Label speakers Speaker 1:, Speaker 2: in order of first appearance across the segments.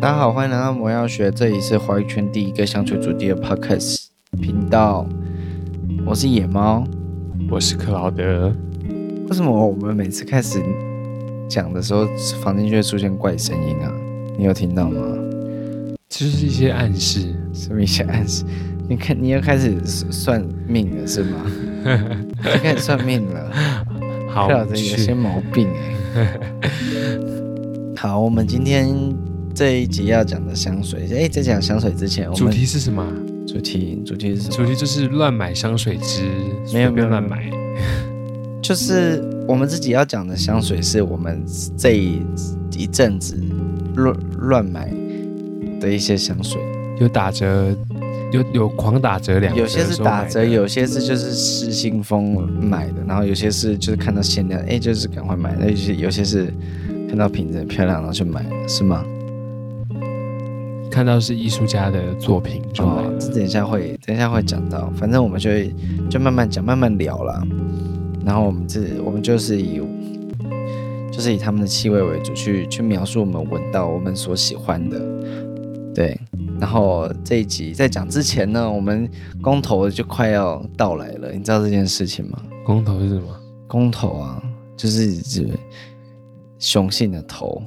Speaker 1: 大家好，欢迎来到魔药学，这里是华语圈第一个相处主题的 podcast 频道。我是野猫。
Speaker 2: 我是克劳德，
Speaker 1: 为什么我们每次开始讲的时候，房间就会出现怪声音啊？你有听到吗？
Speaker 2: 这就是一些暗示。
Speaker 1: 什么一些暗示？ 你看，你又开始算命了是吗？你开始算命了。
Speaker 2: 好，
Speaker 1: 克劳德
Speaker 2: 我们
Speaker 1: 有
Speaker 2: 去
Speaker 1: 些毛病哎、 好，我们今天这一集要讲的香水，哎、在讲香水之前，我
Speaker 2: 主
Speaker 1: 们
Speaker 2: 题是什么啊？
Speaker 1: 主题主题是什
Speaker 2: 主
Speaker 1: 么？
Speaker 2: 题就是乱买香水之，
Speaker 1: 没有
Speaker 2: 随便乱买。
Speaker 1: 就是我们自己要讲的香水，是我们这一一阵子乱乱买的一些香水，
Speaker 2: 有打折，有有狂打折两折，
Speaker 1: 有些是打折，。有些是就是失心疯买的，然后有些是就是看到限量，哎，就是赶快买，那有些有些是看到瓶子很漂亮然后就买了，是吗？
Speaker 2: 看到是艺术家的作品就买
Speaker 1: 哦
Speaker 2: 了，。
Speaker 1: 这等一下会，等一下会讲到，反正我们就会就慢慢讲，慢慢聊啦。然后我们这我们就是以就是以他们的气味为主去去描述我们闻到我们所喜欢的，对。然后这一集在讲之前呢，我们公投就快要到来了，你知道这件事情吗？
Speaker 2: 公投是什么？
Speaker 1: 公投啊，就是指雄性的头。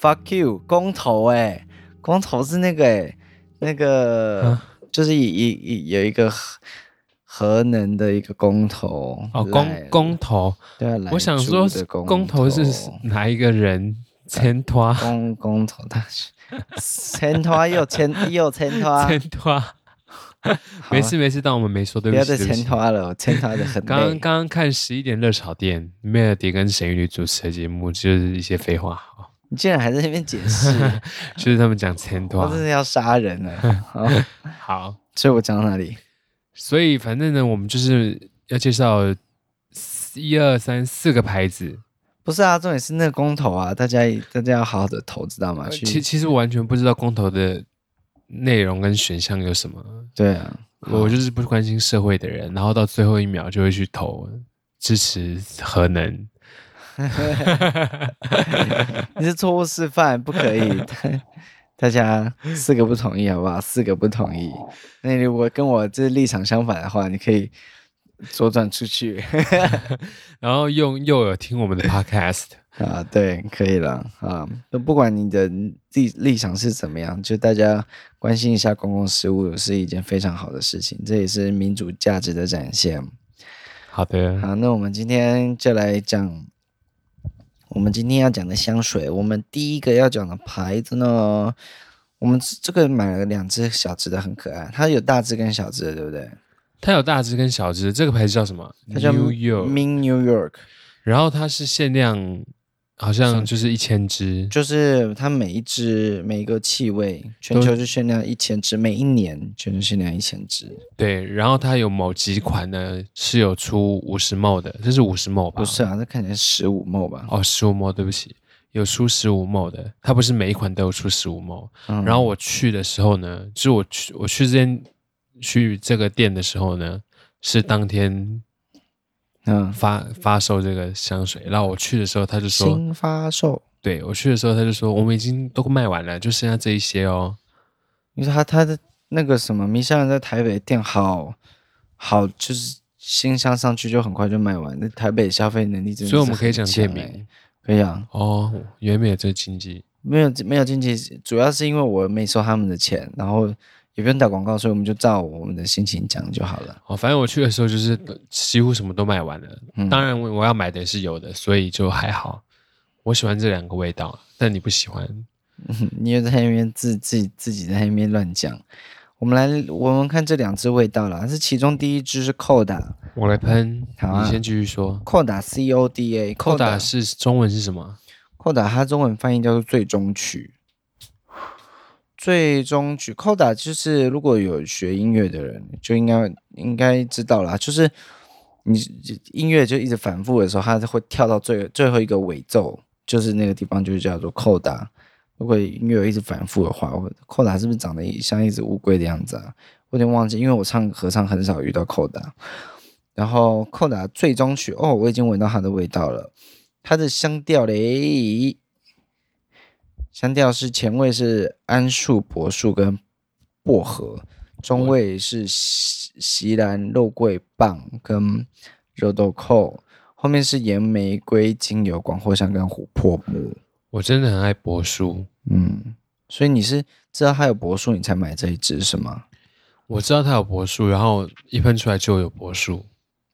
Speaker 1: Fuck you，公投哎、公投是那个哎、那个、
Speaker 2: 啊
Speaker 1: 就是以以以有一个核核能的一个公投
Speaker 2: 哦，
Speaker 1: 来
Speaker 2: 公公投。
Speaker 1: 对啊，来
Speaker 2: 我想
Speaker 1: 猪
Speaker 2: 说
Speaker 1: 的，公
Speaker 2: 公投是哪一个人牵拖？
Speaker 1: 公公投大学，牵拖又牵又牵拖，
Speaker 2: 牵拖？
Speaker 1: 啊好
Speaker 2: 没
Speaker 1: 了
Speaker 2: 事，没事，当我们没说，对
Speaker 1: 不
Speaker 2: 不
Speaker 1: 要
Speaker 2: 起，
Speaker 1: 再
Speaker 2: 对不
Speaker 1: 牵
Speaker 2: 起。
Speaker 1: 拖了，我牵拖的很累。
Speaker 2: 刚刚刚刚看十一点热炒店，梅尔迪跟沈玉女主持的节目就是一些废话，哦
Speaker 1: 你竟然还在那边解释，
Speaker 2: 就是他们讲牵拖
Speaker 1: 我。真的要杀人 了。好，
Speaker 2: 好，
Speaker 1: 所以我讲到哪里？
Speaker 2: 所以反正呢，我们就是要介绍一二三四个牌子。
Speaker 1: 不是啊，重点是那个公投啊，大家大家要好好的投，知道吗？
Speaker 2: 呃其
Speaker 1: 去
Speaker 2: 其实我完全不知道公投的内容跟选项有什么，
Speaker 1: 对啊，
Speaker 2: 我就是不关心社会的人，然后到最后一秒就会去投支持核 能。
Speaker 1: 你是错误示范，不可以。 大大家四个不同意，好不好？四个不同意。那如果跟我这立场相反的话，你可以左转出去
Speaker 2: 然后用右耳听我们的 podcast，
Speaker 1: 啊。对，可以了啊。就不管你的立立场是怎么样，就大家关心一下公共事务是一件非常好的事情，这也是民主价值的展现。
Speaker 2: 好的，
Speaker 1: 好，那我们今天就来讲，我们今天要讲的香水。我们第一个要讲的牌子呢，我们这这个买了两只小只的，很可爱。它有大只跟小只的，对不对？
Speaker 2: 它有大只跟小只，这个牌子叫什么
Speaker 1: 它叫
Speaker 2: ？New York，
Speaker 1: Min New York，
Speaker 2: 然后它是限量，好像就是一千只，
Speaker 1: 就是它每一只每一个气味，全球就限量一千只，每一年全球限量一千只，
Speaker 2: 对，然后它有某几款呢是有出五十 ml 的，这是五十 ml 吧？
Speaker 1: 不是啊，这看起来十五毛吧？
Speaker 2: 哦，十五 ml，对不起，有出十五 ml 的，它不是每一款都有出十五 ml。
Speaker 1: 嗯
Speaker 2: 哦然后我去的时候呢，就是我去我去这间去这个店的时候呢，是当天
Speaker 1: 嗯，
Speaker 2: 发发售这个香水，然后我去的时候他就说，
Speaker 1: 新发售，
Speaker 2: 对我去的时候他就说我们已经都卖完了，就剩下这一些哦。
Speaker 1: 你说他他的那个什么迷香兰在台北店好好，就是新香上去就很快就卖完。那台北消费能力真的是
Speaker 2: 所以我们可以讲
Speaker 1: 很
Speaker 2: 店
Speaker 1: 强欸
Speaker 2: 名
Speaker 1: 可以啊，
Speaker 2: 哦，原本有这个经济，
Speaker 1: 没有没有经济，主要是因为我没收他们的钱，然后也不用打广告，所以我们就照我们的心情讲就好了。
Speaker 2: 哦，反正我去的时候就是呃几乎什么都卖完了。
Speaker 1: 嗯
Speaker 2: 当然我我要买的也是有的，所以就还好。我喜欢这两个味道，啊但你不喜欢。
Speaker 1: 你又在那边自自己自己在那边乱讲。我们来闻闻看这两支味道啦，是其中第一支是扣打，
Speaker 2: 我来喷，
Speaker 1: 好啊
Speaker 2: 你先继续说。
Speaker 1: 扣打 C O D A，
Speaker 2: 扣
Speaker 1: 扣
Speaker 2: 打
Speaker 1: 打
Speaker 2: 是中文是什么？
Speaker 1: 扣打它中文翻译叫做最终曲。最终曲扣打就是如果有学音乐的人就应该应该知道啦，就是你音乐就一直反复的时候，它会跳到最最后一个尾奏，就是那个地方就叫做扣打。如果音乐有一直反复的话，我扣打是不是长得像一只乌龟的样子啊？我有点忘记，因为我唱合唱很少遇到扣打。然后扣打最终曲哦，我已经闻到它的味道了。它的香调嘞，香调是前味是桉树、柏树跟薄荷，中味是西西兰肉桂棒跟肉豆蔻，后面是盐玫瑰、精油、广藿香跟琥珀木。
Speaker 2: 我真的很爱柏树，
Speaker 1: 嗯，所以你是知道它有柏树，你才买这一支是吗？
Speaker 2: 我知道它有柏树，然后一喷出来就有柏树，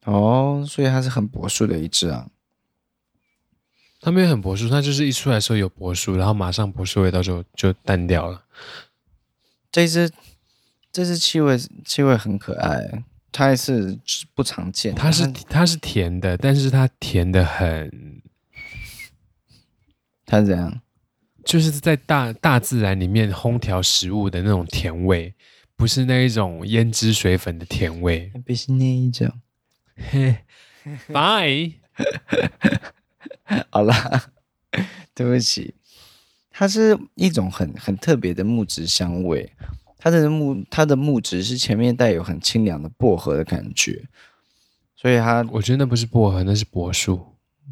Speaker 1: 哦，所以它是很柏树的一支啊。
Speaker 2: 它没有很柏树，它就是一出来的时候有柏树，然后马上柏树味道就就淡掉了。
Speaker 1: 这支这支气味气味很可爱，它也是就是不常见的，
Speaker 2: 它是它是甜的，但是它甜的很，
Speaker 1: 它怎样？
Speaker 2: 就是在大大自然里面烘调食物的那种甜味，不是那一种胭脂水粉的甜味。
Speaker 1: 必须那一种。
Speaker 2: Bye。
Speaker 1: 好啦， 对不起，它是一种很很特别的木质香味。它的木它的木质是前面带有很清凉的薄荷的感觉，所以它
Speaker 2: 我觉得那不是薄荷，那是柏树。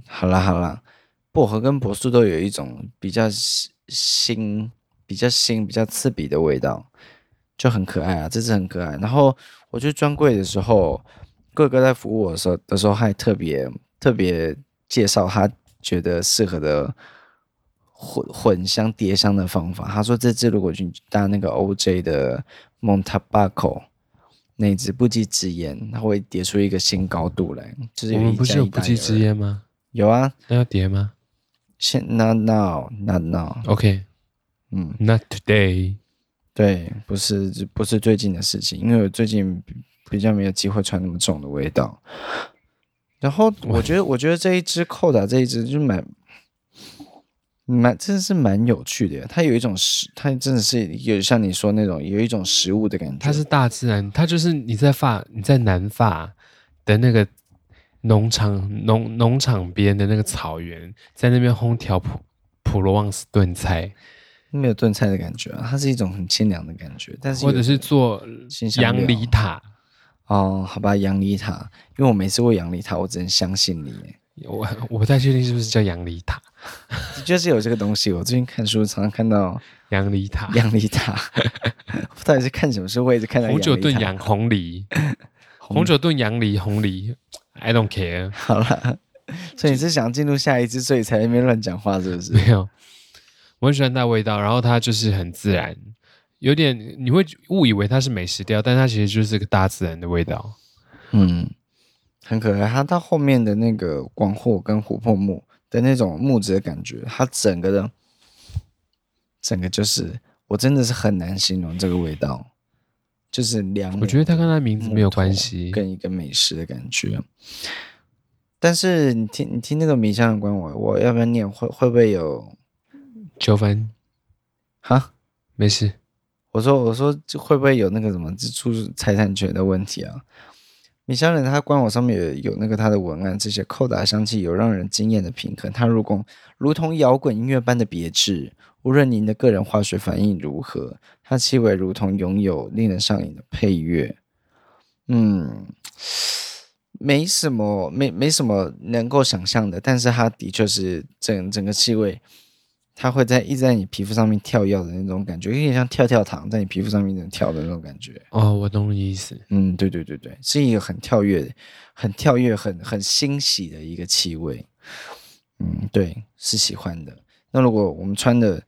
Speaker 1: 好啦好啦，薄荷跟柏树都有一种比较新、比较新、比较刺鼻的味道，就很可爱啊，这支很可爱。然后我去专柜的时候，贵哥在服务我的时候的时候，还特别特别介绍他觉得适合的混混香叠香的方法。他说这支如果去搭那个 OJ 的 Montabaco。那支不羁之烟，它会叠出一个新高度来，就是
Speaker 2: 我
Speaker 1: 有一
Speaker 2: 们不是
Speaker 1: 加
Speaker 2: 有
Speaker 1: 一
Speaker 2: 不
Speaker 1: 大
Speaker 2: 计
Speaker 1: 于
Speaker 2: 之
Speaker 1: 二
Speaker 2: 烟吗？
Speaker 1: 有啊，
Speaker 2: 那要叠吗
Speaker 1: 现 not now not now，
Speaker 2: ？OK，not、
Speaker 1: 嗯，
Speaker 2: today。
Speaker 1: 对，不是不是最近的事情，因为我最近比比较没有机会穿那么重的味道。然后我觉得，我觉得这一支扣打这一支就蛮蛮真的是蛮有趣的耶，它有一种食，它真的是有像你说那种有一种食物的感觉。
Speaker 2: 它是大自然，它就是你在法你在南法的那个农场农农场边的那个草原，在那边烘调普普罗旺斯炖菜，
Speaker 1: 没有炖菜的感觉、啊，它是一种很清凉的感觉，但是
Speaker 2: 或者
Speaker 1: 有
Speaker 2: 是做
Speaker 1: 新香
Speaker 2: 羊
Speaker 1: 料
Speaker 2: 梨塔。
Speaker 1: 哦，好吧，杨梨塔，因为我每次喂杨梨塔，我只能相信你耶。
Speaker 2: 我 我不太确定是不是叫羊梨塔，
Speaker 1: 的确是有这个东西。我最近看书常常看到
Speaker 2: 羊梨 塔，
Speaker 1: 杨梨塔， 我到底是看什么书？我也是看到
Speaker 2: 红酒炖
Speaker 1: 杨梨
Speaker 2: 羊红梨，
Speaker 1: 塔
Speaker 2: 红。酒炖羊梨红梨，I don't care，
Speaker 1: 好了， 所以你是想进入下一支，所以才在那边乱讲话，是不是？
Speaker 2: 没有，我很喜欢那味道，然后它就是很自然，有点你会误以为它是美食调，但它其实就是个大自然的味道。
Speaker 1: 嗯，很可爱。它到后面的那个广藿跟琥珀木的那种木质的感觉，它整个的，整个就是，我真的是很难形容这个味道，就是凉凉的。
Speaker 2: 我觉得它跟它名字没有关系。
Speaker 1: 跟一个美食的感觉。但是你听你听那个迷香的官网，我要不要念？会会不会有
Speaker 2: 九分
Speaker 1: 哈？
Speaker 2: 没事，
Speaker 1: 我说我说这会不会有那个什么这出财产权的问题啊？米香人他官网上面有有那个他的文案，这些扣打香气有让人惊艳的平衡，它如同如同摇滚音乐般的别致。无论您的个人化学反应如何，它气味如同拥有令人上瘾的配乐。嗯，没什么，没没什么能够想象的，但是它的确是整整个气味，它会在一直在你皮肤上面跳跃的那种感觉，有点像跳跳糖在你皮肤上面那种跳的那种感觉。
Speaker 2: 哦，我懂你意思。
Speaker 1: 嗯，对对对对，是一个很跳跃、很跳跃、很很欣喜的一个气味。嗯，对，是喜欢的。那如果我们穿的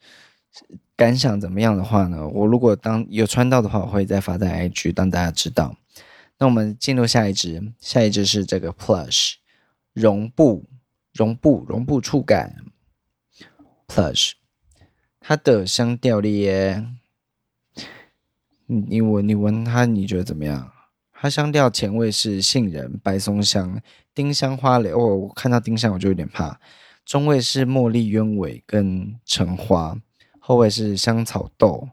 Speaker 1: 感想怎么样的话呢？我如果当有穿到的话，我会再发在 IG 让大家知道。那我们进入下一支，下一支是这个 Plush 绒布绒布绒布触感 Plush，它的香调咧，你你闻你闻它，你觉得怎么样？它香调前味是杏仁、白松香、丁香花蕾。哦，我看到丁香我就有点怕。中味是茉莉鸢尾跟橙花，后味是香草豆、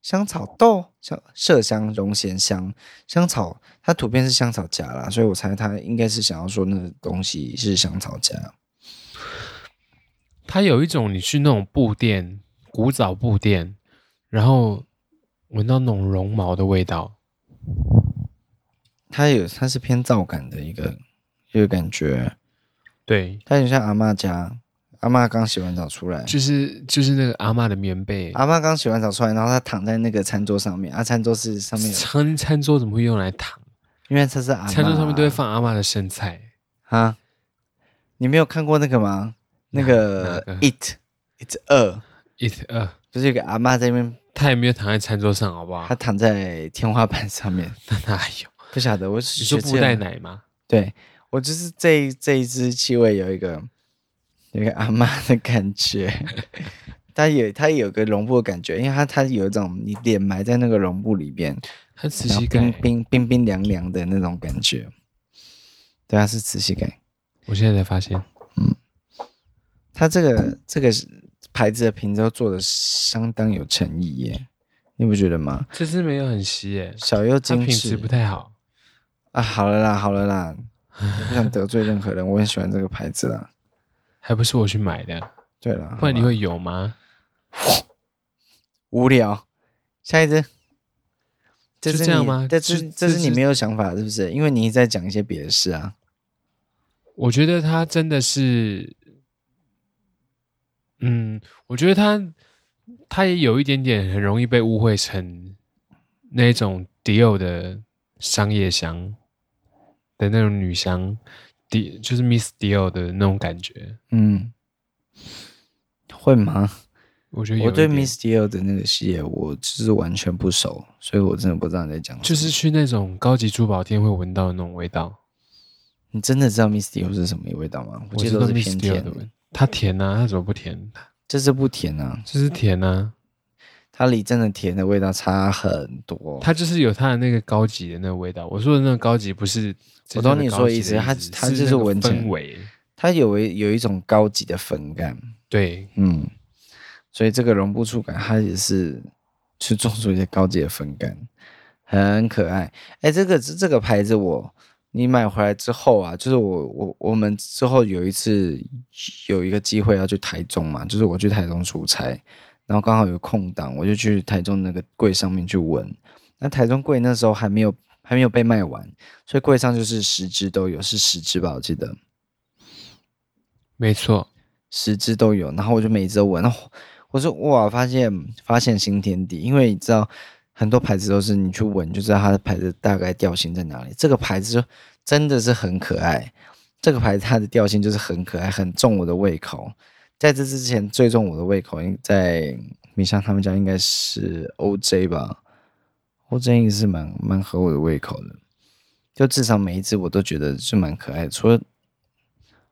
Speaker 1: 香草豆、香麝香、龙涎香、香草。它图片是香草荚啦，所以我猜它应该是想要说那个东西是香草荚。
Speaker 2: 它有一种你去那种布店，古早布店，然后闻到那种绒毛的味道。
Speaker 1: 它有它是偏皂感的一个一个感觉，
Speaker 2: 对，
Speaker 1: 它有点像阿嬷家阿妈刚洗完澡出来，
Speaker 2: 就是就是那个阿嬷的棉被，
Speaker 1: 阿妈刚洗完澡出来，然后她躺在那个餐桌上面，啊，餐桌是上面有，
Speaker 2: 餐餐桌怎么会用来躺？
Speaker 1: 因为她是阿妈，
Speaker 2: 餐桌上面都会放阿嬷的剩菜，
Speaker 1: 啊。你没有看过那个吗？那个
Speaker 2: 哪哪个
Speaker 1: It It 二，
Speaker 2: 一呃，
Speaker 1: 不是有个阿妈在那边，
Speaker 2: 他也没有躺在餐桌上，好不好
Speaker 1: 她？躺在天花板上面，
Speaker 2: 那 哪有？
Speaker 1: 不晓得我是
Speaker 2: 你说
Speaker 1: 学这
Speaker 2: 布袋
Speaker 1: 样
Speaker 2: 奶吗？
Speaker 1: 对我就是这这一支气味有一个有一个阿妈的感 觉，它有它有个绒布的感觉，因为它它有一种你脸埋在那个绒布里边，
Speaker 2: 他慈
Speaker 1: 然后
Speaker 2: 禧
Speaker 1: 冰
Speaker 2: 盖，
Speaker 1: 冰冰冰凉凉的那种感觉。对啊，是慈禧盖，
Speaker 2: 我现在才发
Speaker 1: 哦
Speaker 2: 现，
Speaker 1: 它这个这个是牌子的瓶子都做的相当有诚意耶，你不觉得吗？
Speaker 2: 这支没有很稀耶，
Speaker 1: 小又
Speaker 2: 它
Speaker 1: 精
Speaker 2: 品质
Speaker 1: 致
Speaker 2: 不太好。
Speaker 1: 啊！好了啦，好了啦，我不想得罪任何人，我很喜欢这个牌子啦。
Speaker 2: 还不是我去买的，
Speaker 1: 对啦，
Speaker 2: 不然你
Speaker 1: 好吧
Speaker 2: 会有吗？
Speaker 1: 无聊。下一只，这
Speaker 2: 就是这样
Speaker 1: 你
Speaker 2: 吗
Speaker 1: 这
Speaker 2: 就是
Speaker 1: 这是
Speaker 2: 这
Speaker 1: 你
Speaker 2: 是
Speaker 1: 没有想法，是不是？因为你一直在讲一些别的事啊。
Speaker 2: 我觉得他真的是，嗯，我觉得他他也有一点点很容易被误会成那种迪奥的商业香的那种女香，迪就是 Miss 迪奥的那种感觉。
Speaker 1: 嗯，会吗？
Speaker 2: 我觉得有
Speaker 1: 我
Speaker 2: 一
Speaker 1: 对
Speaker 2: 点
Speaker 1: Miss Dio 的那个系列，我就是完全不熟，所以我真的不知道你在讲什么。
Speaker 2: 就是去那种高级珠宝店会闻到的那种味道，
Speaker 1: 你真的知道 Miss Dio 是什么味道吗？我记
Speaker 2: 知
Speaker 1: 得
Speaker 2: 道
Speaker 1: 都是
Speaker 2: Miss
Speaker 1: 偏
Speaker 2: Dior
Speaker 1: 甜
Speaker 2: 的
Speaker 1: 的，
Speaker 2: 闻。它甜啊，它怎么不甜？
Speaker 1: 这是不甜啊，
Speaker 2: 就是甜啊，
Speaker 1: 它离真的甜的味道差很多。
Speaker 2: 它就是有它的那个高级的那个味道。我说的那个高级不是
Speaker 1: 我
Speaker 2: 真
Speaker 1: 懂
Speaker 2: 正
Speaker 1: 你
Speaker 2: 的
Speaker 1: 说
Speaker 2: 高
Speaker 1: 的
Speaker 2: 级
Speaker 1: 意
Speaker 2: 的
Speaker 1: 思它它就是
Speaker 2: 是那个
Speaker 1: 闻起来
Speaker 2: 氛围。
Speaker 1: 它有一有一种高级的粉感，
Speaker 2: 对，
Speaker 1: 嗯，所以这个绒布触感，它也是去做出一些高级的粉感，很可爱。哎，这个这个牌子我你买回来之后啊，就是我我我们之后有一次有一个机会要去台中嘛，就是我去台中出差，然后刚好有空档，我就去台中那个柜上面去闻。那台中柜那时候还没有还没有被卖完，所以柜上就是十支都有，是十支吧，我记得。
Speaker 2: 没错，
Speaker 1: 十支都有，然后我就每一支都闻，然后我说哇，发现发现新天地，因为你知道很多牌子都是你去闻就知道它的牌子大概调性在哪里。这个牌子就真的是很可爱，这个牌子它的调性就是很可爱，很重我的胃口。在这之前最重我的胃口，应在米莎他们家应该是 OJ 吧，OJ 应该是蛮蛮合我的胃口的，就至少每一支我都觉得是蛮可爱的，除了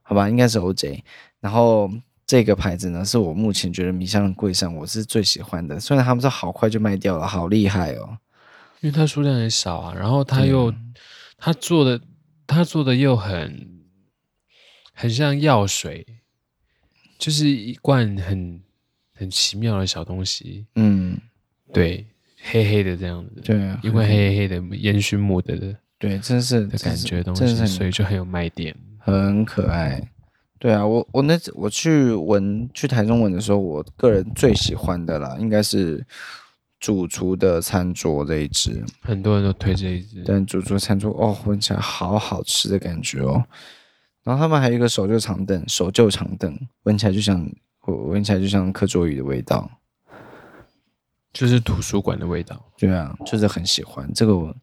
Speaker 1: 好吧，应该是 OJ。然后这个牌子呢，是我目前觉得米香的柜上我是最喜欢的。虽然他们说好快就卖掉了，好厉害哦。
Speaker 2: 因为它数量很少啊，然后它又它做的它做的又很很像药水，就是一罐很很奇妙的小东西，
Speaker 1: 嗯，
Speaker 2: 对，黑黑的这样子，
Speaker 1: 对啊，
Speaker 2: 一罐黑黑的烟熏木的的
Speaker 1: 对，真是
Speaker 2: 的感觉的东
Speaker 1: 真
Speaker 2: 西，
Speaker 1: 是
Speaker 2: 所以就很有卖点。
Speaker 1: 很可爱。对啊，我我那次我去闻去台中闻的时候，我个人最喜欢的啦，应该是主厨的餐桌这一支。
Speaker 2: 很多人都推这一支，
Speaker 1: 但主厨餐桌哦，闻起来好好吃的感觉哦。然后他们还有一个手就长凳，手就长凳，闻起来就像我闻起来就像课桌椅的味道。
Speaker 2: 就是图书馆的味道。
Speaker 1: 对啊，就是很喜欢这个我。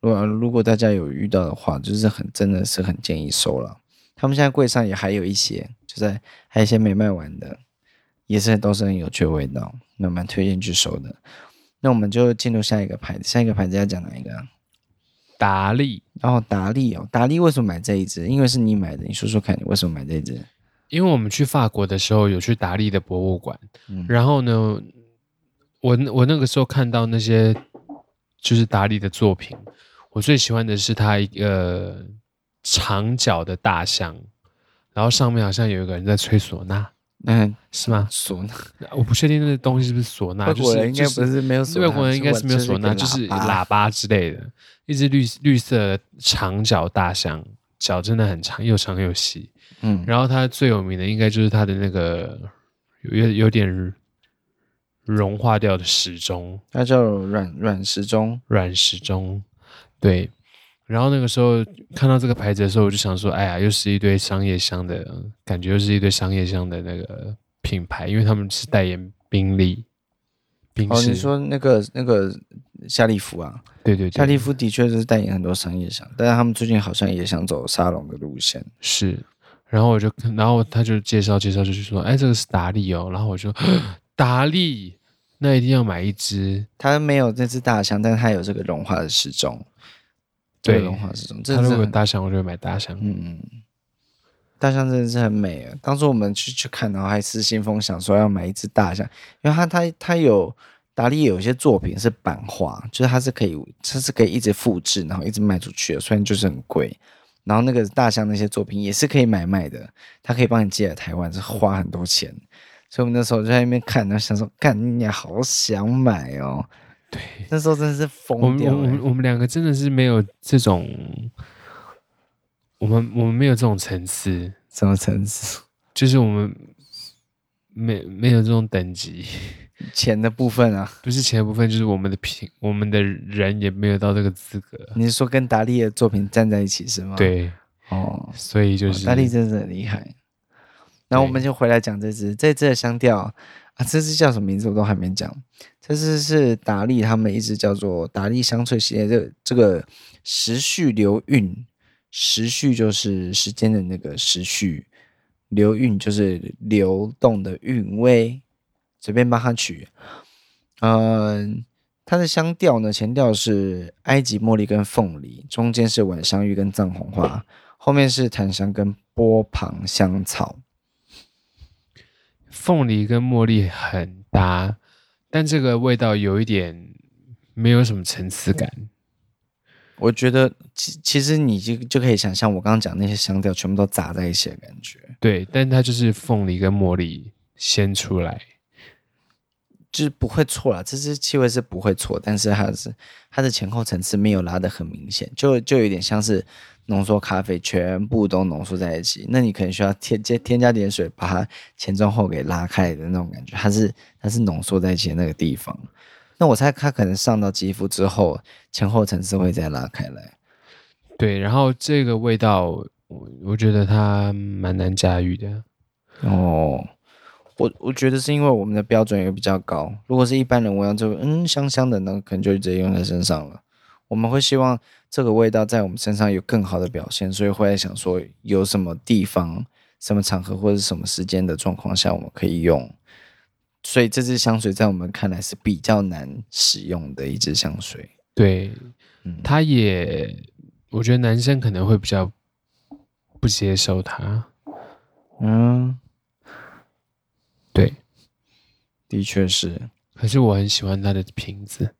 Speaker 1: 如果如果大家有遇到的话，就是很真的是很建议收了。他们现在柜上也还有一些，就在还有一些没卖完的，也是都是很有趣的味道，那蛮推荐去收的。那我们就进入下一个牌子，下一个牌子要讲哪一个啊？
Speaker 2: 达利，
Speaker 1: 然后达利哦，达利为什么买这一只？因为是你买的，你说说看，你为什么买这一只？
Speaker 2: 因为我们去法国的时候有去达利的博物馆，
Speaker 1: 嗯
Speaker 2: 然后呢，我我那个时候看到那些就是达利的作品，我最喜欢的是他一个长脚的大象，然后上面好像有一个人在吹唢呐，
Speaker 1: 嗯，
Speaker 2: 是吗？
Speaker 1: 唢呐，
Speaker 2: 我不确定那个东西是不是唢呐，
Speaker 1: 外国人应该
Speaker 2: 就是
Speaker 1: 不是没有唢呐，
Speaker 2: 外国人应该是没有唢呐，就是
Speaker 1: 一个喇
Speaker 2: 喇叭之类的，一只绿绿色的长脚大象，脚真的很长，又长又细。
Speaker 1: 嗯，
Speaker 2: 然后它最有名的应该就是它的那个有有有点融化掉的时钟，
Speaker 1: 它叫软软时钟，
Speaker 2: 软时钟，对。然后那个时候看到这个牌子的时候，我就想说，哎呀，又是一堆商业香的感觉，又是一堆商业香的那个品牌，因为他们是代言宾利、宾
Speaker 1: 哦，
Speaker 2: 士。
Speaker 1: 你说那个那个夏利夫啊，
Speaker 2: 对对
Speaker 1: 夏
Speaker 2: 对，
Speaker 1: 利夫的确是代言很多商业香，但是他们最近好像也想走沙龙的路线。
Speaker 2: 是。然后我就，然后他就介绍介绍，就是说，哎，这个是达利哦。然后我就， 达利，那一定要买一支。
Speaker 1: 它没有那只大象，但它有这个融化的时钟，这个
Speaker 2: 对
Speaker 1: 融化时钟，这
Speaker 2: 他
Speaker 1: 是
Speaker 2: 如果有
Speaker 1: 很
Speaker 2: 大象，我就会买大象。
Speaker 1: 嗯，大象真的是很美啊！当初我们去去看，然后还私信分享说要买一只大象，因为它它它有达利有一些作品是版画，就是它是可以它是可以一直复制，然后一直卖出去的，虽然就是很贵。然后那个大象那些作品也是可以买卖的，它可以帮你寄来台湾，是花很多钱。所以我们那时候就在那边看，然后想说，干你娘，好想买哦！
Speaker 2: 对，
Speaker 1: 那时候真的是
Speaker 2: 我
Speaker 1: 疯
Speaker 2: 们
Speaker 1: 掉、
Speaker 2: 我们我
Speaker 1: 欸
Speaker 2: 们。我们两个真的是没有这种，我们我们没有这种层次，
Speaker 1: 什么层次？
Speaker 2: 就是我们没没有这种等级，
Speaker 1: 钱的部分啊，
Speaker 2: 不是前部分，就是我们的品，我们的人也没有到这个资格。
Speaker 1: 你是说跟达利的作品站在一起是吗？。
Speaker 2: 对，
Speaker 1: 哦，
Speaker 2: 所以就是
Speaker 1: 大力真的很厉害。然后我们就回来讲这只，这只的香调啊，这只叫什么名字我都还没讲。这只是达利他们一直叫做达利香萃系列，这个这个时序流韵，时序就是时间的那个时序，流韵就是流动的韵味，随便帮它取。嗯、它的香调呢，前调是埃及茉莉跟凤梨，中间是晚香玉跟藏红花，后面是檀香跟波旁香草。
Speaker 2: 凤梨跟茉莉很搭，但这个味道有一点没有什么层次感。
Speaker 1: 我觉得其其实你就就可以想象我刚刚讲那些香调全部都杂在一起的感觉，
Speaker 2: 对，但它就是凤梨跟茉莉先出来。
Speaker 1: 就是不会错啦。这支气味是不会错，但是它是它的前后层次没有拉得很明显，就就有点像是浓缩咖啡全部都浓缩在一起，那你可能需要添加添加点水把它前中后给拉开的那种感觉，它是它是浓缩在一起的那个地方。那我猜它可能上到肌肤之后，前后层次会再拉开来。
Speaker 2: 对，然后这个味道，我我觉得它蛮难驾驭的。
Speaker 1: 哦，我我觉得是因为我们的标准也比较高。如果是一般人闻到这个，嗯，香香的，那可能就直接用在身上了。我们会希望这个味道在我们身上有更好的表现，所以会在想说有什么地方、什么场合或者什么时间的状况下我们可以用。所以这支香水在我们看来是比较难使用的一支香水。
Speaker 2: 对，
Speaker 1: 嗯，
Speaker 2: 它也，我觉得男生可能会比较不接受它。
Speaker 1: 嗯，
Speaker 2: 对，
Speaker 1: 的确是，
Speaker 2: 可是我很喜欢它的瓶子。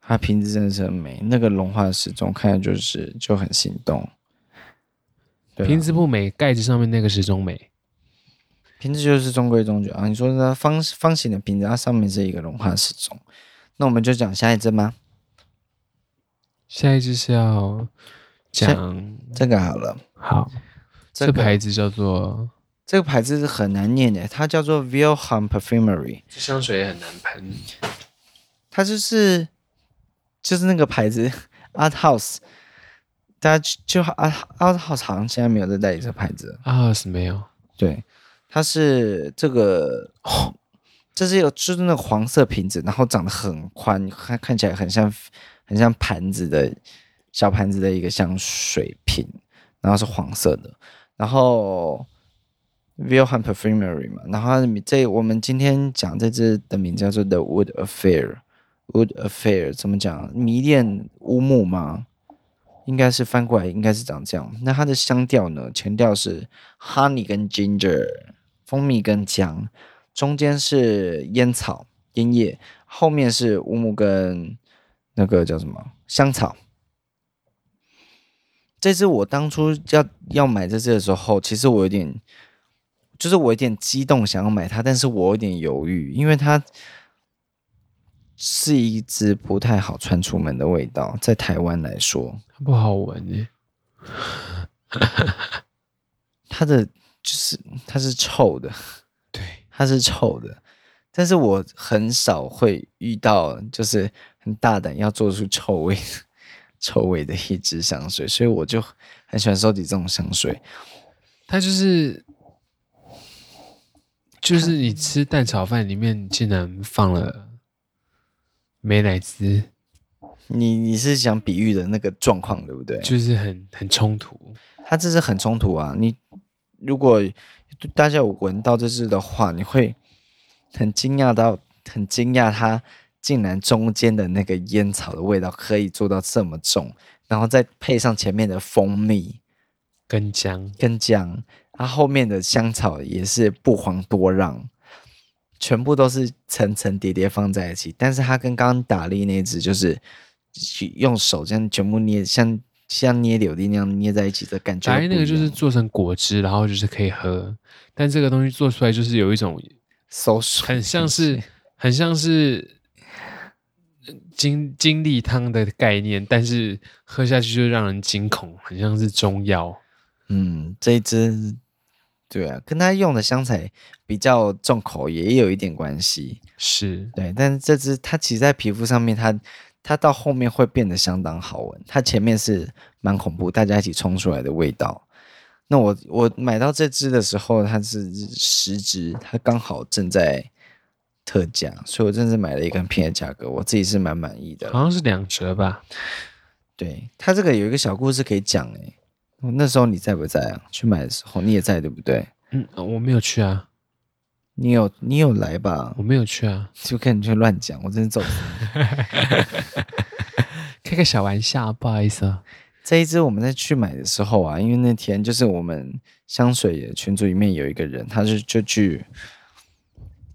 Speaker 1: 它瓶子真的是很美，那个融化的时钟看着就是就很心动。对啊
Speaker 2: 瓶子不美，盖子上面那个时钟美。
Speaker 1: 瓶子就是中规中矩啊。你说它方方形的瓶子，它上面是一个融化时钟。那我们就讲下一支吗？
Speaker 2: 下一支是要讲
Speaker 1: 这个好了，
Speaker 2: 好，
Speaker 1: 这
Speaker 2: 这
Speaker 1: 个
Speaker 2: 牌子叫做
Speaker 1: 这个牌子是很难念的，它叫做 Vilhelm Perfumery，
Speaker 2: 这香水也很难喷。
Speaker 1: 它就是就是那个牌子 Art House，大家就就 Art Art House 好像现在没有在代理这牌子了。
Speaker 2: 啊，是没有，
Speaker 1: 对，它是这个，这是有就是那个黄色瓶子，然后长得很宽，看看起来很像很像盘子的小盘子的一个香水瓶，然后是黄色的，然后 v i l h e m Perfumery 嘛，然后它的名这我们今天讲这支的名字叫做 The Wood Affair。Wood Affair 怎么讲？迷恋乌木吗？应该是翻过来，应该是长这样。那它的香调呢？前调是 honey 跟 ginger，蜂蜜跟姜，中间是烟草、烟叶，后面是乌木跟那个叫什么香草。这支我当初要要买这支的时候，其实我有点，就是我有点激动想要买它，但是我有点犹豫，因为它是一支不太好穿出门的味道，在台湾来说，
Speaker 2: 它不好闻欸诶。
Speaker 1: 它的就是它是臭的，
Speaker 2: 对，
Speaker 1: 它是臭的，但是我很少会遇到就是很大胆要做出臭味的臭味的一支香水，所以我就很喜欢收集这种香水。
Speaker 2: 它就是就是你吃蛋炒饭里面竟然放了美乃滋，
Speaker 1: 你你是想比喻的那个状况对不对？
Speaker 2: 就是很很冲突。
Speaker 1: 它这是很冲突啊！你如果大家有闻到这支的话，你会很惊讶到，很惊讶它竟然中间的那个烟草的味道可以做到这么重，然后再配上前面的蜂蜜
Speaker 2: 跟姜，
Speaker 1: 跟姜，它后面的香草也是不遑多让，全部都是层层叠叠放在一起。但是它跟刚刚打力那只就是用手这样全部捏，像像捏柳丁那样捏在一起的感觉
Speaker 2: 反
Speaker 1: 不一
Speaker 2: 正
Speaker 1: 样。
Speaker 2: 那个就是做成果汁，然后就是可以喝，但这个东西做出来就是有一种
Speaker 1: social，
Speaker 2: 很像是很像是呃精精力汤的概念，但是喝下去就让人惊恐，很像是中药。
Speaker 1: 嗯，这一支，对啊，跟他用的香材比较重口，也有一点关系。
Speaker 2: 是
Speaker 1: 对，但是这支它其实在皮肤上面，它它到后面会变得相当好闻。它前面是蛮恐怖，大家一起冲出来的味道。那我我买到这支的时候，它是十支，它刚好正在特价，所以我真是买了一个很便宜的价格，我自己是蛮满意的。
Speaker 2: 好像是两折吧？
Speaker 1: 对，它这个有一个小故事可以讲诶、我那时候你在不在啊？去买的时候你也在对不对？
Speaker 2: 嗯，我没有去啊，
Speaker 1: 你有你有来吧
Speaker 2: 我？没有去啊，
Speaker 1: 就看你去乱讲，我真是揍死你。
Speaker 2: 开个小玩笑，不好意思啊。
Speaker 1: 这一支我们在去买的时候啊，因为那天就是我们香水的群组里面有一个人，他是就去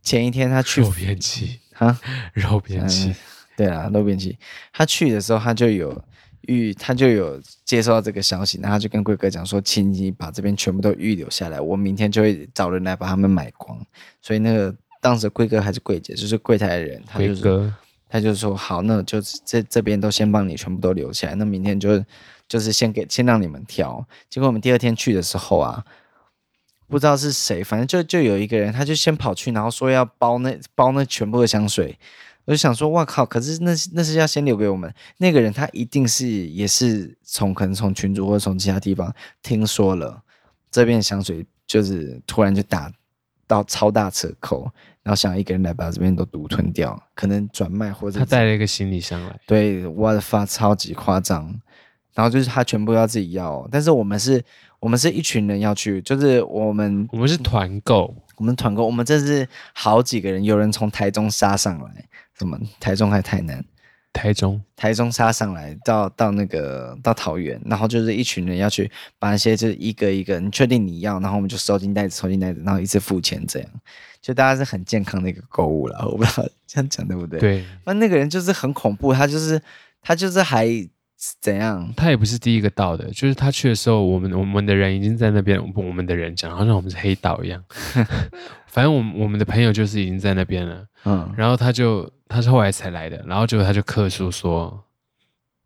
Speaker 1: 前一天他去
Speaker 2: 肉边鸡，
Speaker 1: 啊，
Speaker 2: 肉边鸡，
Speaker 1: 对啊，路边去，他去的时候他就有预，他就有接收到这个消息，然后他就跟贵哥讲说，请你把这边全部都预留下来，我明天就会找人来把他们买光。所以那个当时贵哥还是柜姐，就是柜台的人，他就
Speaker 2: 辉
Speaker 1: 是
Speaker 2: 哥，
Speaker 1: 他就说好，那就这这边都先帮你全部都留下来，那明天就就是先给先让你们挑。结果我们第二天去的时候啊，不知道是谁，反正就就有一个人，他就先跑去，然后说要包那包那全部的香水。我就想说，哇靠！可是那那是要先留给我们那个人，他一定是也是从可能从群主或者从其他地方听说了这边的香水，就是突然就打到超大折扣，然后想一个人来把这边都独吞掉，可能转卖或者
Speaker 2: 他带了一个行李箱来，
Speaker 1: 对，我的发超级夸张。然后就是他全部要自己要、哦但是我们是，我们是一群人要去，就是我们
Speaker 2: 我们是团购，
Speaker 1: 我们团购，我们这是好几个人，有人从台中杀上来，什么台中还台南，
Speaker 2: 台中
Speaker 1: 台中杀上来到到那个到桃园，然后就是一群人要去把那些就是一个一个，你确定你要，然后我们就收进袋子，收进袋子，然后一次付钱这样，就大家是很健康的一个购物啦，我不知道 这样讲对不对？
Speaker 2: 对
Speaker 1: 那那个人就是很恐怖，他就是他就是还怎样？
Speaker 2: 他也不是第一个到的，就是他去的时候，我们我们的人已经在那边，我们的人讲，好像我们是黑道一样。 反正我们我们的朋友就是已经在那边了，
Speaker 1: 嗯，
Speaker 2: 然后他就他是后来才来的，然后结果他就客诉说，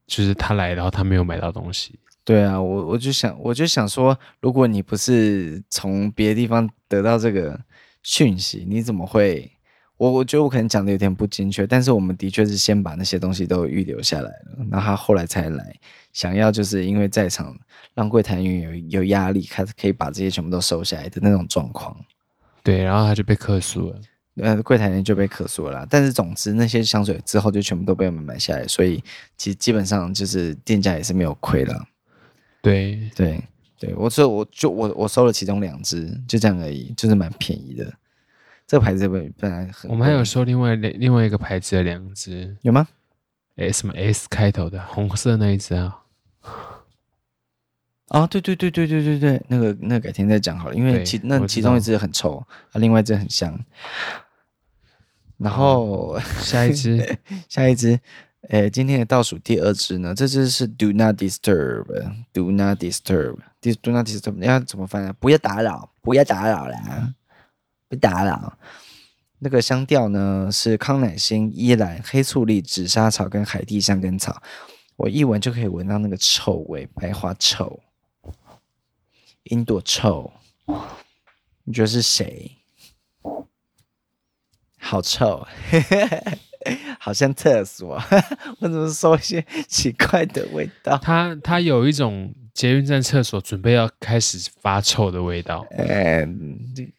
Speaker 2: 就是他来，然后他没有买到东西，
Speaker 1: 对啊，我我就想我就想说，如果你不是从别的地方得到这个讯息，你怎么会？我我觉得我可能讲的有点不精确，但是我们的确是先把那些东西都预留下来了，然后他后来才来，想要就是因为在场让柜台人员有有压力，他可以把这些全部都收下来的那种状况。
Speaker 2: 对，然后他就被客诉了。
Speaker 1: 呃，柜台人就被克诉了啦。但是总之，那些香水之后就全部都被我们买下来，所以其实基本上就是店家也是没有亏了。
Speaker 2: 对，
Speaker 1: 对，对我所以我就我我收了其中两支，就这样而已，就是蛮便宜的。这个牌子本本来很贵
Speaker 2: 我们还有收另外另另外一个牌子的两只，
Speaker 1: 有吗？
Speaker 2: 诶，什么 S 开头的红色那一只啊，
Speaker 1: 啊，对对对对对对对，那个那个改天再讲好了，因为
Speaker 2: 对
Speaker 1: 其那
Speaker 2: 我知
Speaker 1: 其中
Speaker 2: 道
Speaker 1: 一支很臭，啊，另外一支很香。然后、
Speaker 2: 哦下 一只
Speaker 1: 下一支，诶，今天的倒数第二支呢，这支是 Do not disturb，Do not disturb，Do do not disturb，要怎么翻啊？不要打扰，不要打扰啦，不打扰。那个香调呢是康乃馨、依兰、黑醋栗、紫砂草跟海地香根草，我一闻就可以闻到那个臭味，白花臭，云朵臭，你觉得是谁？好臭， 好像厕所， 我怎么说一些奇怪的味道？
Speaker 2: 它它有一种捷运站厕所准备要开始发臭的味道，
Speaker 1: 嗯，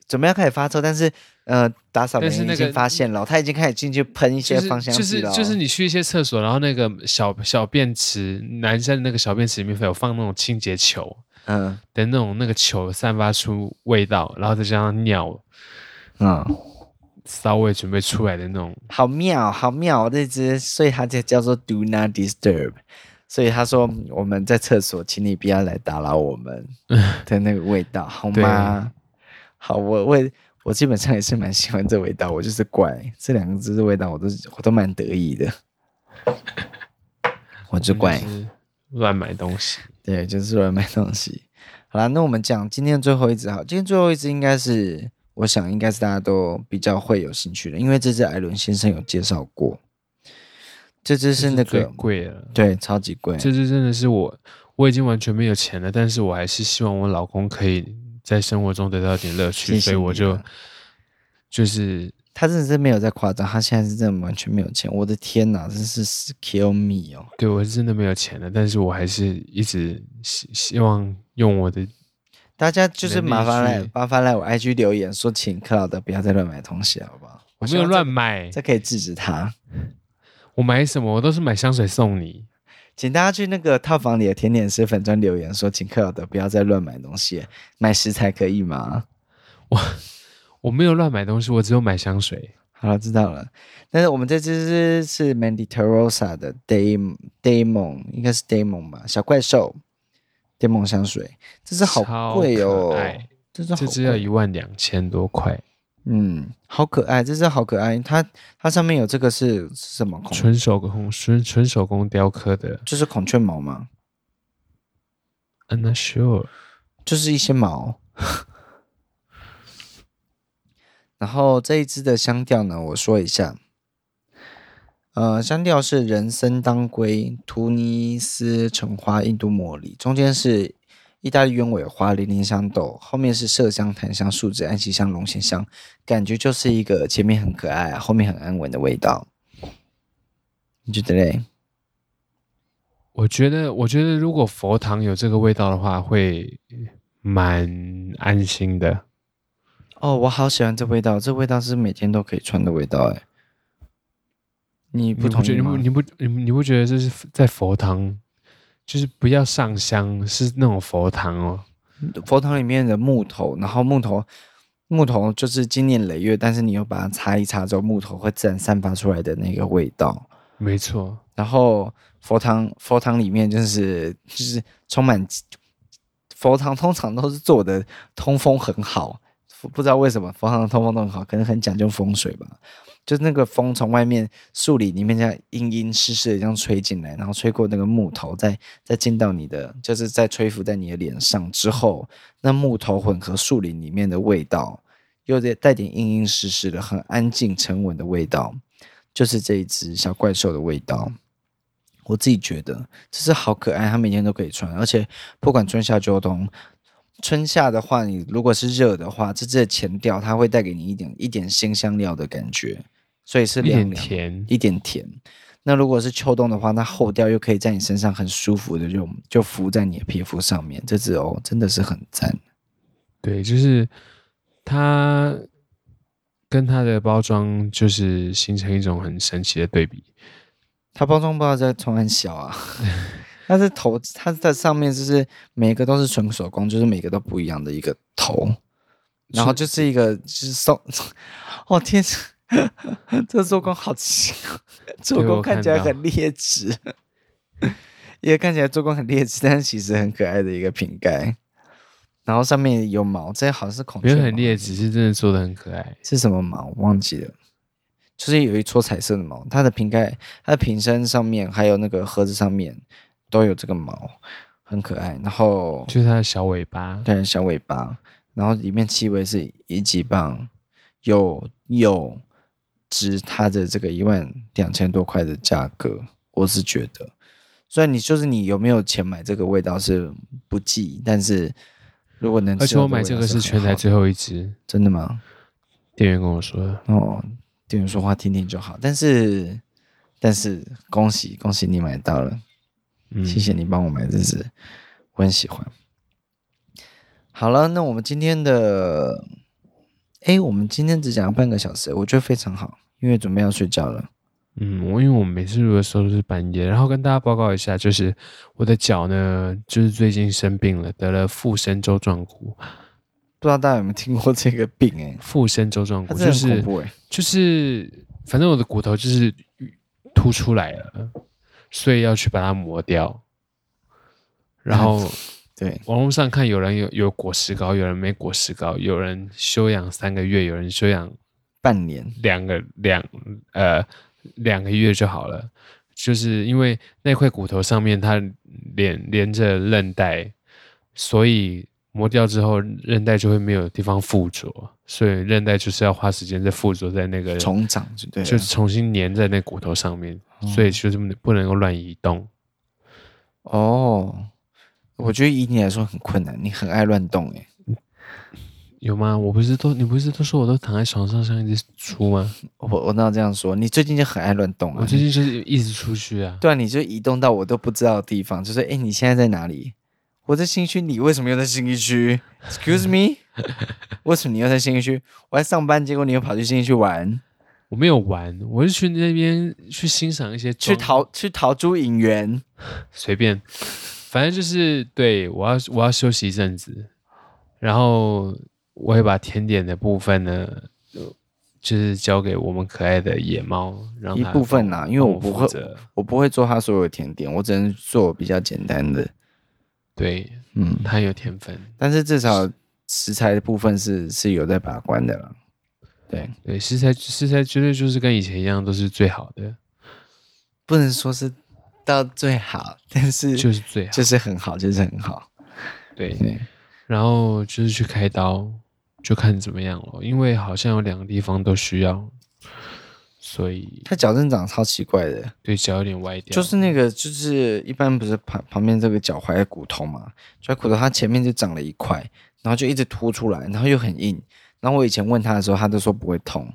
Speaker 1: 准备要开始发臭，但是呃，打扫人
Speaker 2: 但是那
Speaker 1: 员已
Speaker 2: 个
Speaker 1: 经发现了，他已经开始进去喷一些
Speaker 2: 就是
Speaker 1: 芳香
Speaker 2: 就是
Speaker 1: 剂了哦。
Speaker 2: 就是你去一些厕所，然后那个小小便池，男生的那个小便池里面会有放那种清洁球
Speaker 1: 嗯
Speaker 2: 的那种那个球散发出味道，然后再加上尿
Speaker 1: 嗯，
Speaker 2: 骚味准备出来的那种，
Speaker 1: 好妙，好妙，这只，所以它就叫做 Do not disturb。所以他说嗯我们在厕所，请你不要来打扰我们的那个味道，好吗？好，我我也我基本上也是蛮喜欢这味道，我就是怪这两个字的味道，我都我都蛮得意的，我就怪。
Speaker 2: 就是乱买东西。
Speaker 1: 对，就是来买东西。好啦，那我们讲今天的最后一只好，今天最后一只应该是，我想应该是大家都比较会有兴趣的，因为这只艾伦先生有介绍过，这只是那
Speaker 2: 最
Speaker 1: 个
Speaker 2: 贵了，
Speaker 1: 对，超级贵，
Speaker 2: 这次真的是我，我已经完全没有钱了，但是我还是希望我老公可以在生活中得到一点乐
Speaker 1: 谢
Speaker 2: 趣，
Speaker 1: 谢
Speaker 2: 所以我
Speaker 1: 你
Speaker 2: 就
Speaker 1: 啊
Speaker 2: 就是
Speaker 1: 他真的是没有在夸张，他现在是真的完全没有钱，我的天哪，真是 kill me 哦！
Speaker 2: 对我是真的没有钱了，但是我还是一直希希望用我的
Speaker 1: 大家就是
Speaker 2: 能力
Speaker 1: 麻烦来
Speaker 2: 去
Speaker 1: 麻烦来我 IG 留言说，请克劳德不要再乱买东西了，好不好？
Speaker 2: 我
Speaker 1: 希
Speaker 2: 没有
Speaker 1: 望
Speaker 2: 乱买
Speaker 1: 这，，这可以制止他。
Speaker 2: 我买什么我都是买香水送你。
Speaker 1: 请大家去那个套房里的甜点师粉专留言说，请克劳德不要再乱买东西，买食材可以吗？
Speaker 2: 我没有乱买东西，我只有买香水。
Speaker 1: 好了，知道了。但是我们这只是是 Mandy Terosa 的 Day Daymon，应该是 Daymon 吧，小怪兽 Daymon 香水，这只好贵
Speaker 2: 超
Speaker 1: 哦
Speaker 2: 可爱，
Speaker 1: 这只好
Speaker 2: 这支要
Speaker 1: 贵，啊
Speaker 2: 一万两千多块，
Speaker 1: 嗯，好可爱，这只好可爱。它它上面有这个是是什么孔？
Speaker 2: 纯手工纯纯手工雕刻的。
Speaker 1: 就是孔雀毛吗？
Speaker 2: I'm not sure。
Speaker 1: 就是一些毛。 然后这一支的香调呢，我说一下，呃，香调是人参、当归、突尼斯橙花、印度茉莉，中间是意大利鸢尾花、零陵香豆，后面是麝香、檀香、树脂、安息香、龙涎香，感觉就是一个前面很可爱，后面很安稳的味道。你觉得嘞？
Speaker 2: 我觉得，我觉得如果佛堂有这个味道的话，会蛮安心的。
Speaker 1: 哦，我好喜欢这味道，这味道是每天都可以穿的味道，哎，你不同
Speaker 2: 觉
Speaker 1: 意
Speaker 2: 你不
Speaker 1: 吗？
Speaker 2: 你不你不你不觉得这是在佛堂，就是不要上香，是那种佛堂哦。
Speaker 1: 佛堂里面的木头，然后木头木头就是经年累月，但是你又把它擦一擦之后，木头会自然散发出来的那个味道。
Speaker 2: 没错，
Speaker 1: 然后佛堂佛堂里面就是就是充满佛堂，通常都是做的通风很好，不知道为什么佛堂的通风都很好，可能很讲究风水吧。就是那个风从外面树林里面这样阴阴湿湿的这样吹进来，然后吹过那个木头，再再进到你的，就是在吹拂在你的脸上之后，那木头混合树林里面的味道，又带带点阴阴湿湿的、很安静沉稳的味道，就是这一只小怪兽的味道。我自己觉得这是好可爱，它每天都可以穿，而且不管春夏秋冬。春夏的话，你如果是热的话，这支的前调它会带给你一点一点新香料的感觉，所以是
Speaker 2: 一
Speaker 1: 凉凉
Speaker 2: 点
Speaker 1: 的
Speaker 2: 甜。
Speaker 1: 一点甜。那如果是秋冬的话，那后调又可以在你身上很舒服的就就浮在你的皮肤上面，这支哦真的是很赞。
Speaker 2: 对，就是它跟它的包装就是形成一种很神奇的对比。
Speaker 1: 它包装不知道在从很小 啊，它是头，它在上面就是每个都是纯手工，就是每个都不一样的一个头，然后就是一个就是 手，哦天， 这做工好奇，啊做
Speaker 2: 对
Speaker 1: 工
Speaker 2: 我
Speaker 1: 看
Speaker 2: 看
Speaker 1: 起来
Speaker 2: 到
Speaker 1: 很劣质， 也看起来做工很劣质，但是其实很可爱的一个瓶盖，然后上面有毛，这好像是孔
Speaker 2: 没
Speaker 1: 雀
Speaker 2: 有
Speaker 1: 毛，
Speaker 2: 很劣质，是真的做的很可爱。
Speaker 1: 是什么毛？我忘记了，就是有一撮彩色的毛，它的瓶盖、它的瓶身上面还有那个盒子上面都有这个毛，很可爱。然后
Speaker 2: 就是它的小尾巴，
Speaker 1: 对小尾巴，然后里面气味是一级棒，有有值它的这个一万两千多块的价格，我是觉得，虽然你就是你有没有钱买这个味道是不计，但是如果能吃
Speaker 2: 而且
Speaker 1: 到
Speaker 2: 我买这
Speaker 1: 味
Speaker 2: 个
Speaker 1: 道是
Speaker 2: 是全
Speaker 1: 很好
Speaker 2: 台
Speaker 1: 的
Speaker 2: 最后一只，
Speaker 1: 真的吗？
Speaker 2: 店员跟我说的。
Speaker 1: 哦，店员说话听听就好。但是但是恭喜恭喜你买到了，
Speaker 2: 嗯，
Speaker 1: 谢谢你帮我买这支，我很喜欢。好了，那我们今天的，哎，我们今天只讲了半个小时，我觉得非常好，因为准备要睡觉了。
Speaker 2: 嗯，我因为我每次录的时候都是半夜，然后跟大家报告一下，就是我的脚呢，就是最近生病了，得了附身周状骨。
Speaker 1: 不知道大家有没有听过这个病、诶
Speaker 2: 附身周状
Speaker 1: 它
Speaker 2: 骨
Speaker 1: 真
Speaker 2: 就
Speaker 1: 的啊很恐
Speaker 2: 是
Speaker 1: 怖、诶
Speaker 2: 就是，反正我的骨头就是凸出来了，所以要去把它磨掉。然后
Speaker 1: 对，
Speaker 2: 网络上看有人有有裹石膏，有人没裹石膏，有人休养三个月，有人休养
Speaker 1: 半年，
Speaker 2: 两个两呃两个月就好了，就是因为那块骨头上面它连连着韧带，所以磨掉之后韧带就会没有地方附着，所以韧带就是要花时间再附着在那个
Speaker 1: 重嗯长就对了，
Speaker 2: 就是重新粘在那骨头上面，所以就是不能够乱移动。
Speaker 1: 哦。我觉得以你来说很困难，你很爱乱动诶、
Speaker 2: 有吗？我不是都你不是都说我都躺在床上像一只猪吗？
Speaker 1: 我我哪有这样说？你最近就很爱乱动啊！
Speaker 2: 我最近就是一直出去啊。
Speaker 1: 对啊，你就移动到我都不知道的地方，就是哎，诶你现在在哪里？我在新一区，你为什么又在新一区？Excuse me，为什么你又在新一区？我在上班，结果你又跑去新一区玩，
Speaker 2: 我没有玩，我是去那边去欣赏一些
Speaker 1: 去
Speaker 2: 装
Speaker 1: 桃去桃珠影园。
Speaker 2: 随便，反正就是对我要我要休息一阵子，然后我会把甜点的部分呢，呃就是交给我们可爱的野猫，让
Speaker 1: 一
Speaker 2: 它
Speaker 1: 部分啦
Speaker 2: 帮
Speaker 1: 因为
Speaker 2: 帮
Speaker 1: 我
Speaker 2: 我
Speaker 1: 不
Speaker 2: 负
Speaker 1: 会
Speaker 2: 责
Speaker 1: 我不会做它所有的甜点，我只能做比较简单的。
Speaker 2: 对
Speaker 1: 嗯，
Speaker 2: 它有甜分，
Speaker 1: 但是至少食材的部分是是有在把关的了。对，
Speaker 2: 对食材食材绝对就是跟以前一样，都是最好的，
Speaker 1: 不能说是到最好，但是
Speaker 2: 就是最好，
Speaker 1: 就是很好，就是很好。
Speaker 2: 对，
Speaker 1: 对，
Speaker 2: 然后就是去开刀，就看怎么样了，因为好像有两个地方都需要，所以
Speaker 1: 它矫正长超奇怪的。
Speaker 2: 对脚有点歪掉，
Speaker 1: 就是那个，就是一般不是旁旁边这个脚踝的骨头嘛，脚踝骨头它前面就长了一块，然后就一直凸出来，然后又很硬。然后我以前问他的时候，他都说不会痛，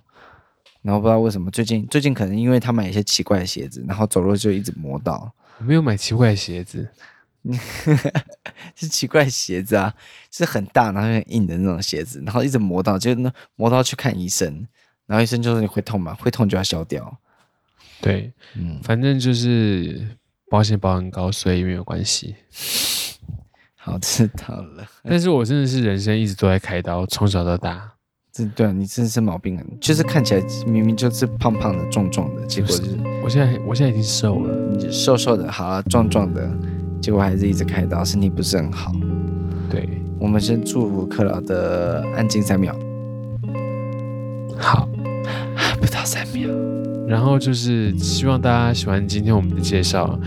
Speaker 1: 然后不知道为什么最近最近可能因为他买一些奇怪的鞋子，然后走路就一直磨到，
Speaker 2: 我没有买奇怪的鞋子。
Speaker 1: 是奇怪的鞋子啊，是很大然后很硬的那种鞋子，然后一直磨到，就那磨到去看医生，然后医生就说你会痛吗？会痛就要消掉。
Speaker 2: 对，
Speaker 1: 嗯，
Speaker 2: 反正就是保险保很高，所以没有关系。
Speaker 1: 好，知道了。
Speaker 2: 但是我真的是人生一直都在开刀，从小到大，
Speaker 1: 这对啊你真的是毛病啊！就是看起来明明就是胖胖的、重重的，结果就是
Speaker 2: 我现在我现在已经瘦了。
Speaker 1: 你瘦瘦的，好、啊、壮壮的，结果还是一直开刀，身体不是很好。
Speaker 2: 对，
Speaker 1: 我们先祝福克劳的安静三秒，
Speaker 2: 好，
Speaker 1: 啊不到三秒。
Speaker 2: 然后就是希望大家喜欢今天我们的介绍，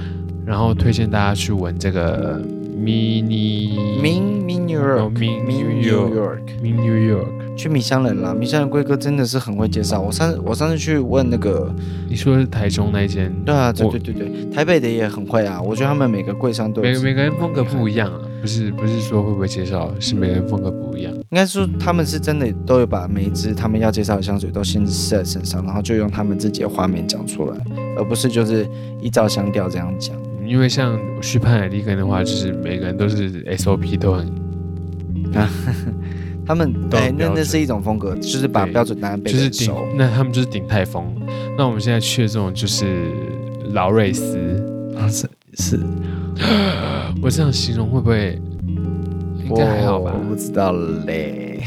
Speaker 2: 然后推荐大家去闻这个 mini
Speaker 1: Min Min New
Speaker 2: 哦
Speaker 1: York，
Speaker 2: min
Speaker 1: Min
Speaker 2: New
Speaker 1: New York，
Speaker 2: min New York，
Speaker 1: 去米香人啦！米香人龟哥真的是很会介绍。我上我上次去问那个，
Speaker 2: 你说是台中那一间？
Speaker 1: 对啊，对
Speaker 2: 我
Speaker 1: 对对对，台北的也很会啊。我觉得他们每个柜上都有
Speaker 2: 每
Speaker 1: 自己
Speaker 2: 每个人
Speaker 1: 的
Speaker 2: 风格
Speaker 1: 厉害
Speaker 2: 不一样啊，不是不是说会不会介绍，是每个人风格不一样。
Speaker 1: 应该说他们是真的都有把每一支他们要介绍的香水都先试在身上，然后就用他们自己的画面讲出来，而不是就是依照香调这样讲。
Speaker 2: 因为像去潘海利根的话，就是每个人都是 SOP 都很，
Speaker 1: 他们
Speaker 2: 都有
Speaker 1: 哎，那
Speaker 2: 标准
Speaker 1: 那是一种风格，就是把
Speaker 2: 对
Speaker 1: 标准答案背
Speaker 2: 就
Speaker 1: 得
Speaker 2: 是
Speaker 1: 很
Speaker 2: 顶
Speaker 1: 熟。，
Speaker 2: 那他们就是顶泰丰。那我们现在去的这种就是劳瑞斯，
Speaker 1: 是是，嗯
Speaker 2: 我这样形容会不会应该还好吧
Speaker 1: 我？不知道嘞。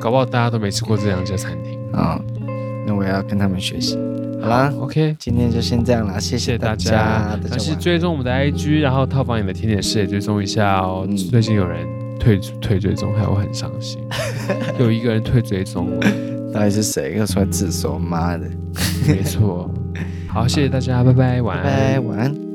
Speaker 2: 搞不好大家都没吃过这两家餐厅。
Speaker 1: 啊、那我要跟他们学习。好啦，
Speaker 2: ，OK，
Speaker 1: 今天就先这样啦，谢
Speaker 2: 谢谢
Speaker 1: 大
Speaker 2: 大家，
Speaker 1: 大
Speaker 2: 但
Speaker 1: 家
Speaker 2: 是
Speaker 1: 晚安。
Speaker 2: 追踪我们的 IG，然后套房你的甜点师也追踪一下哦。
Speaker 1: 嗯
Speaker 2: 最近有人退退追踪，害我很伤 心。有一个人退追踪了，
Speaker 1: 到底是谁又出来自首？妈的！
Speaker 2: 没错。好，谢谢大家，拜拜，晚
Speaker 1: 拜
Speaker 2: 安
Speaker 1: 拜，。晚安。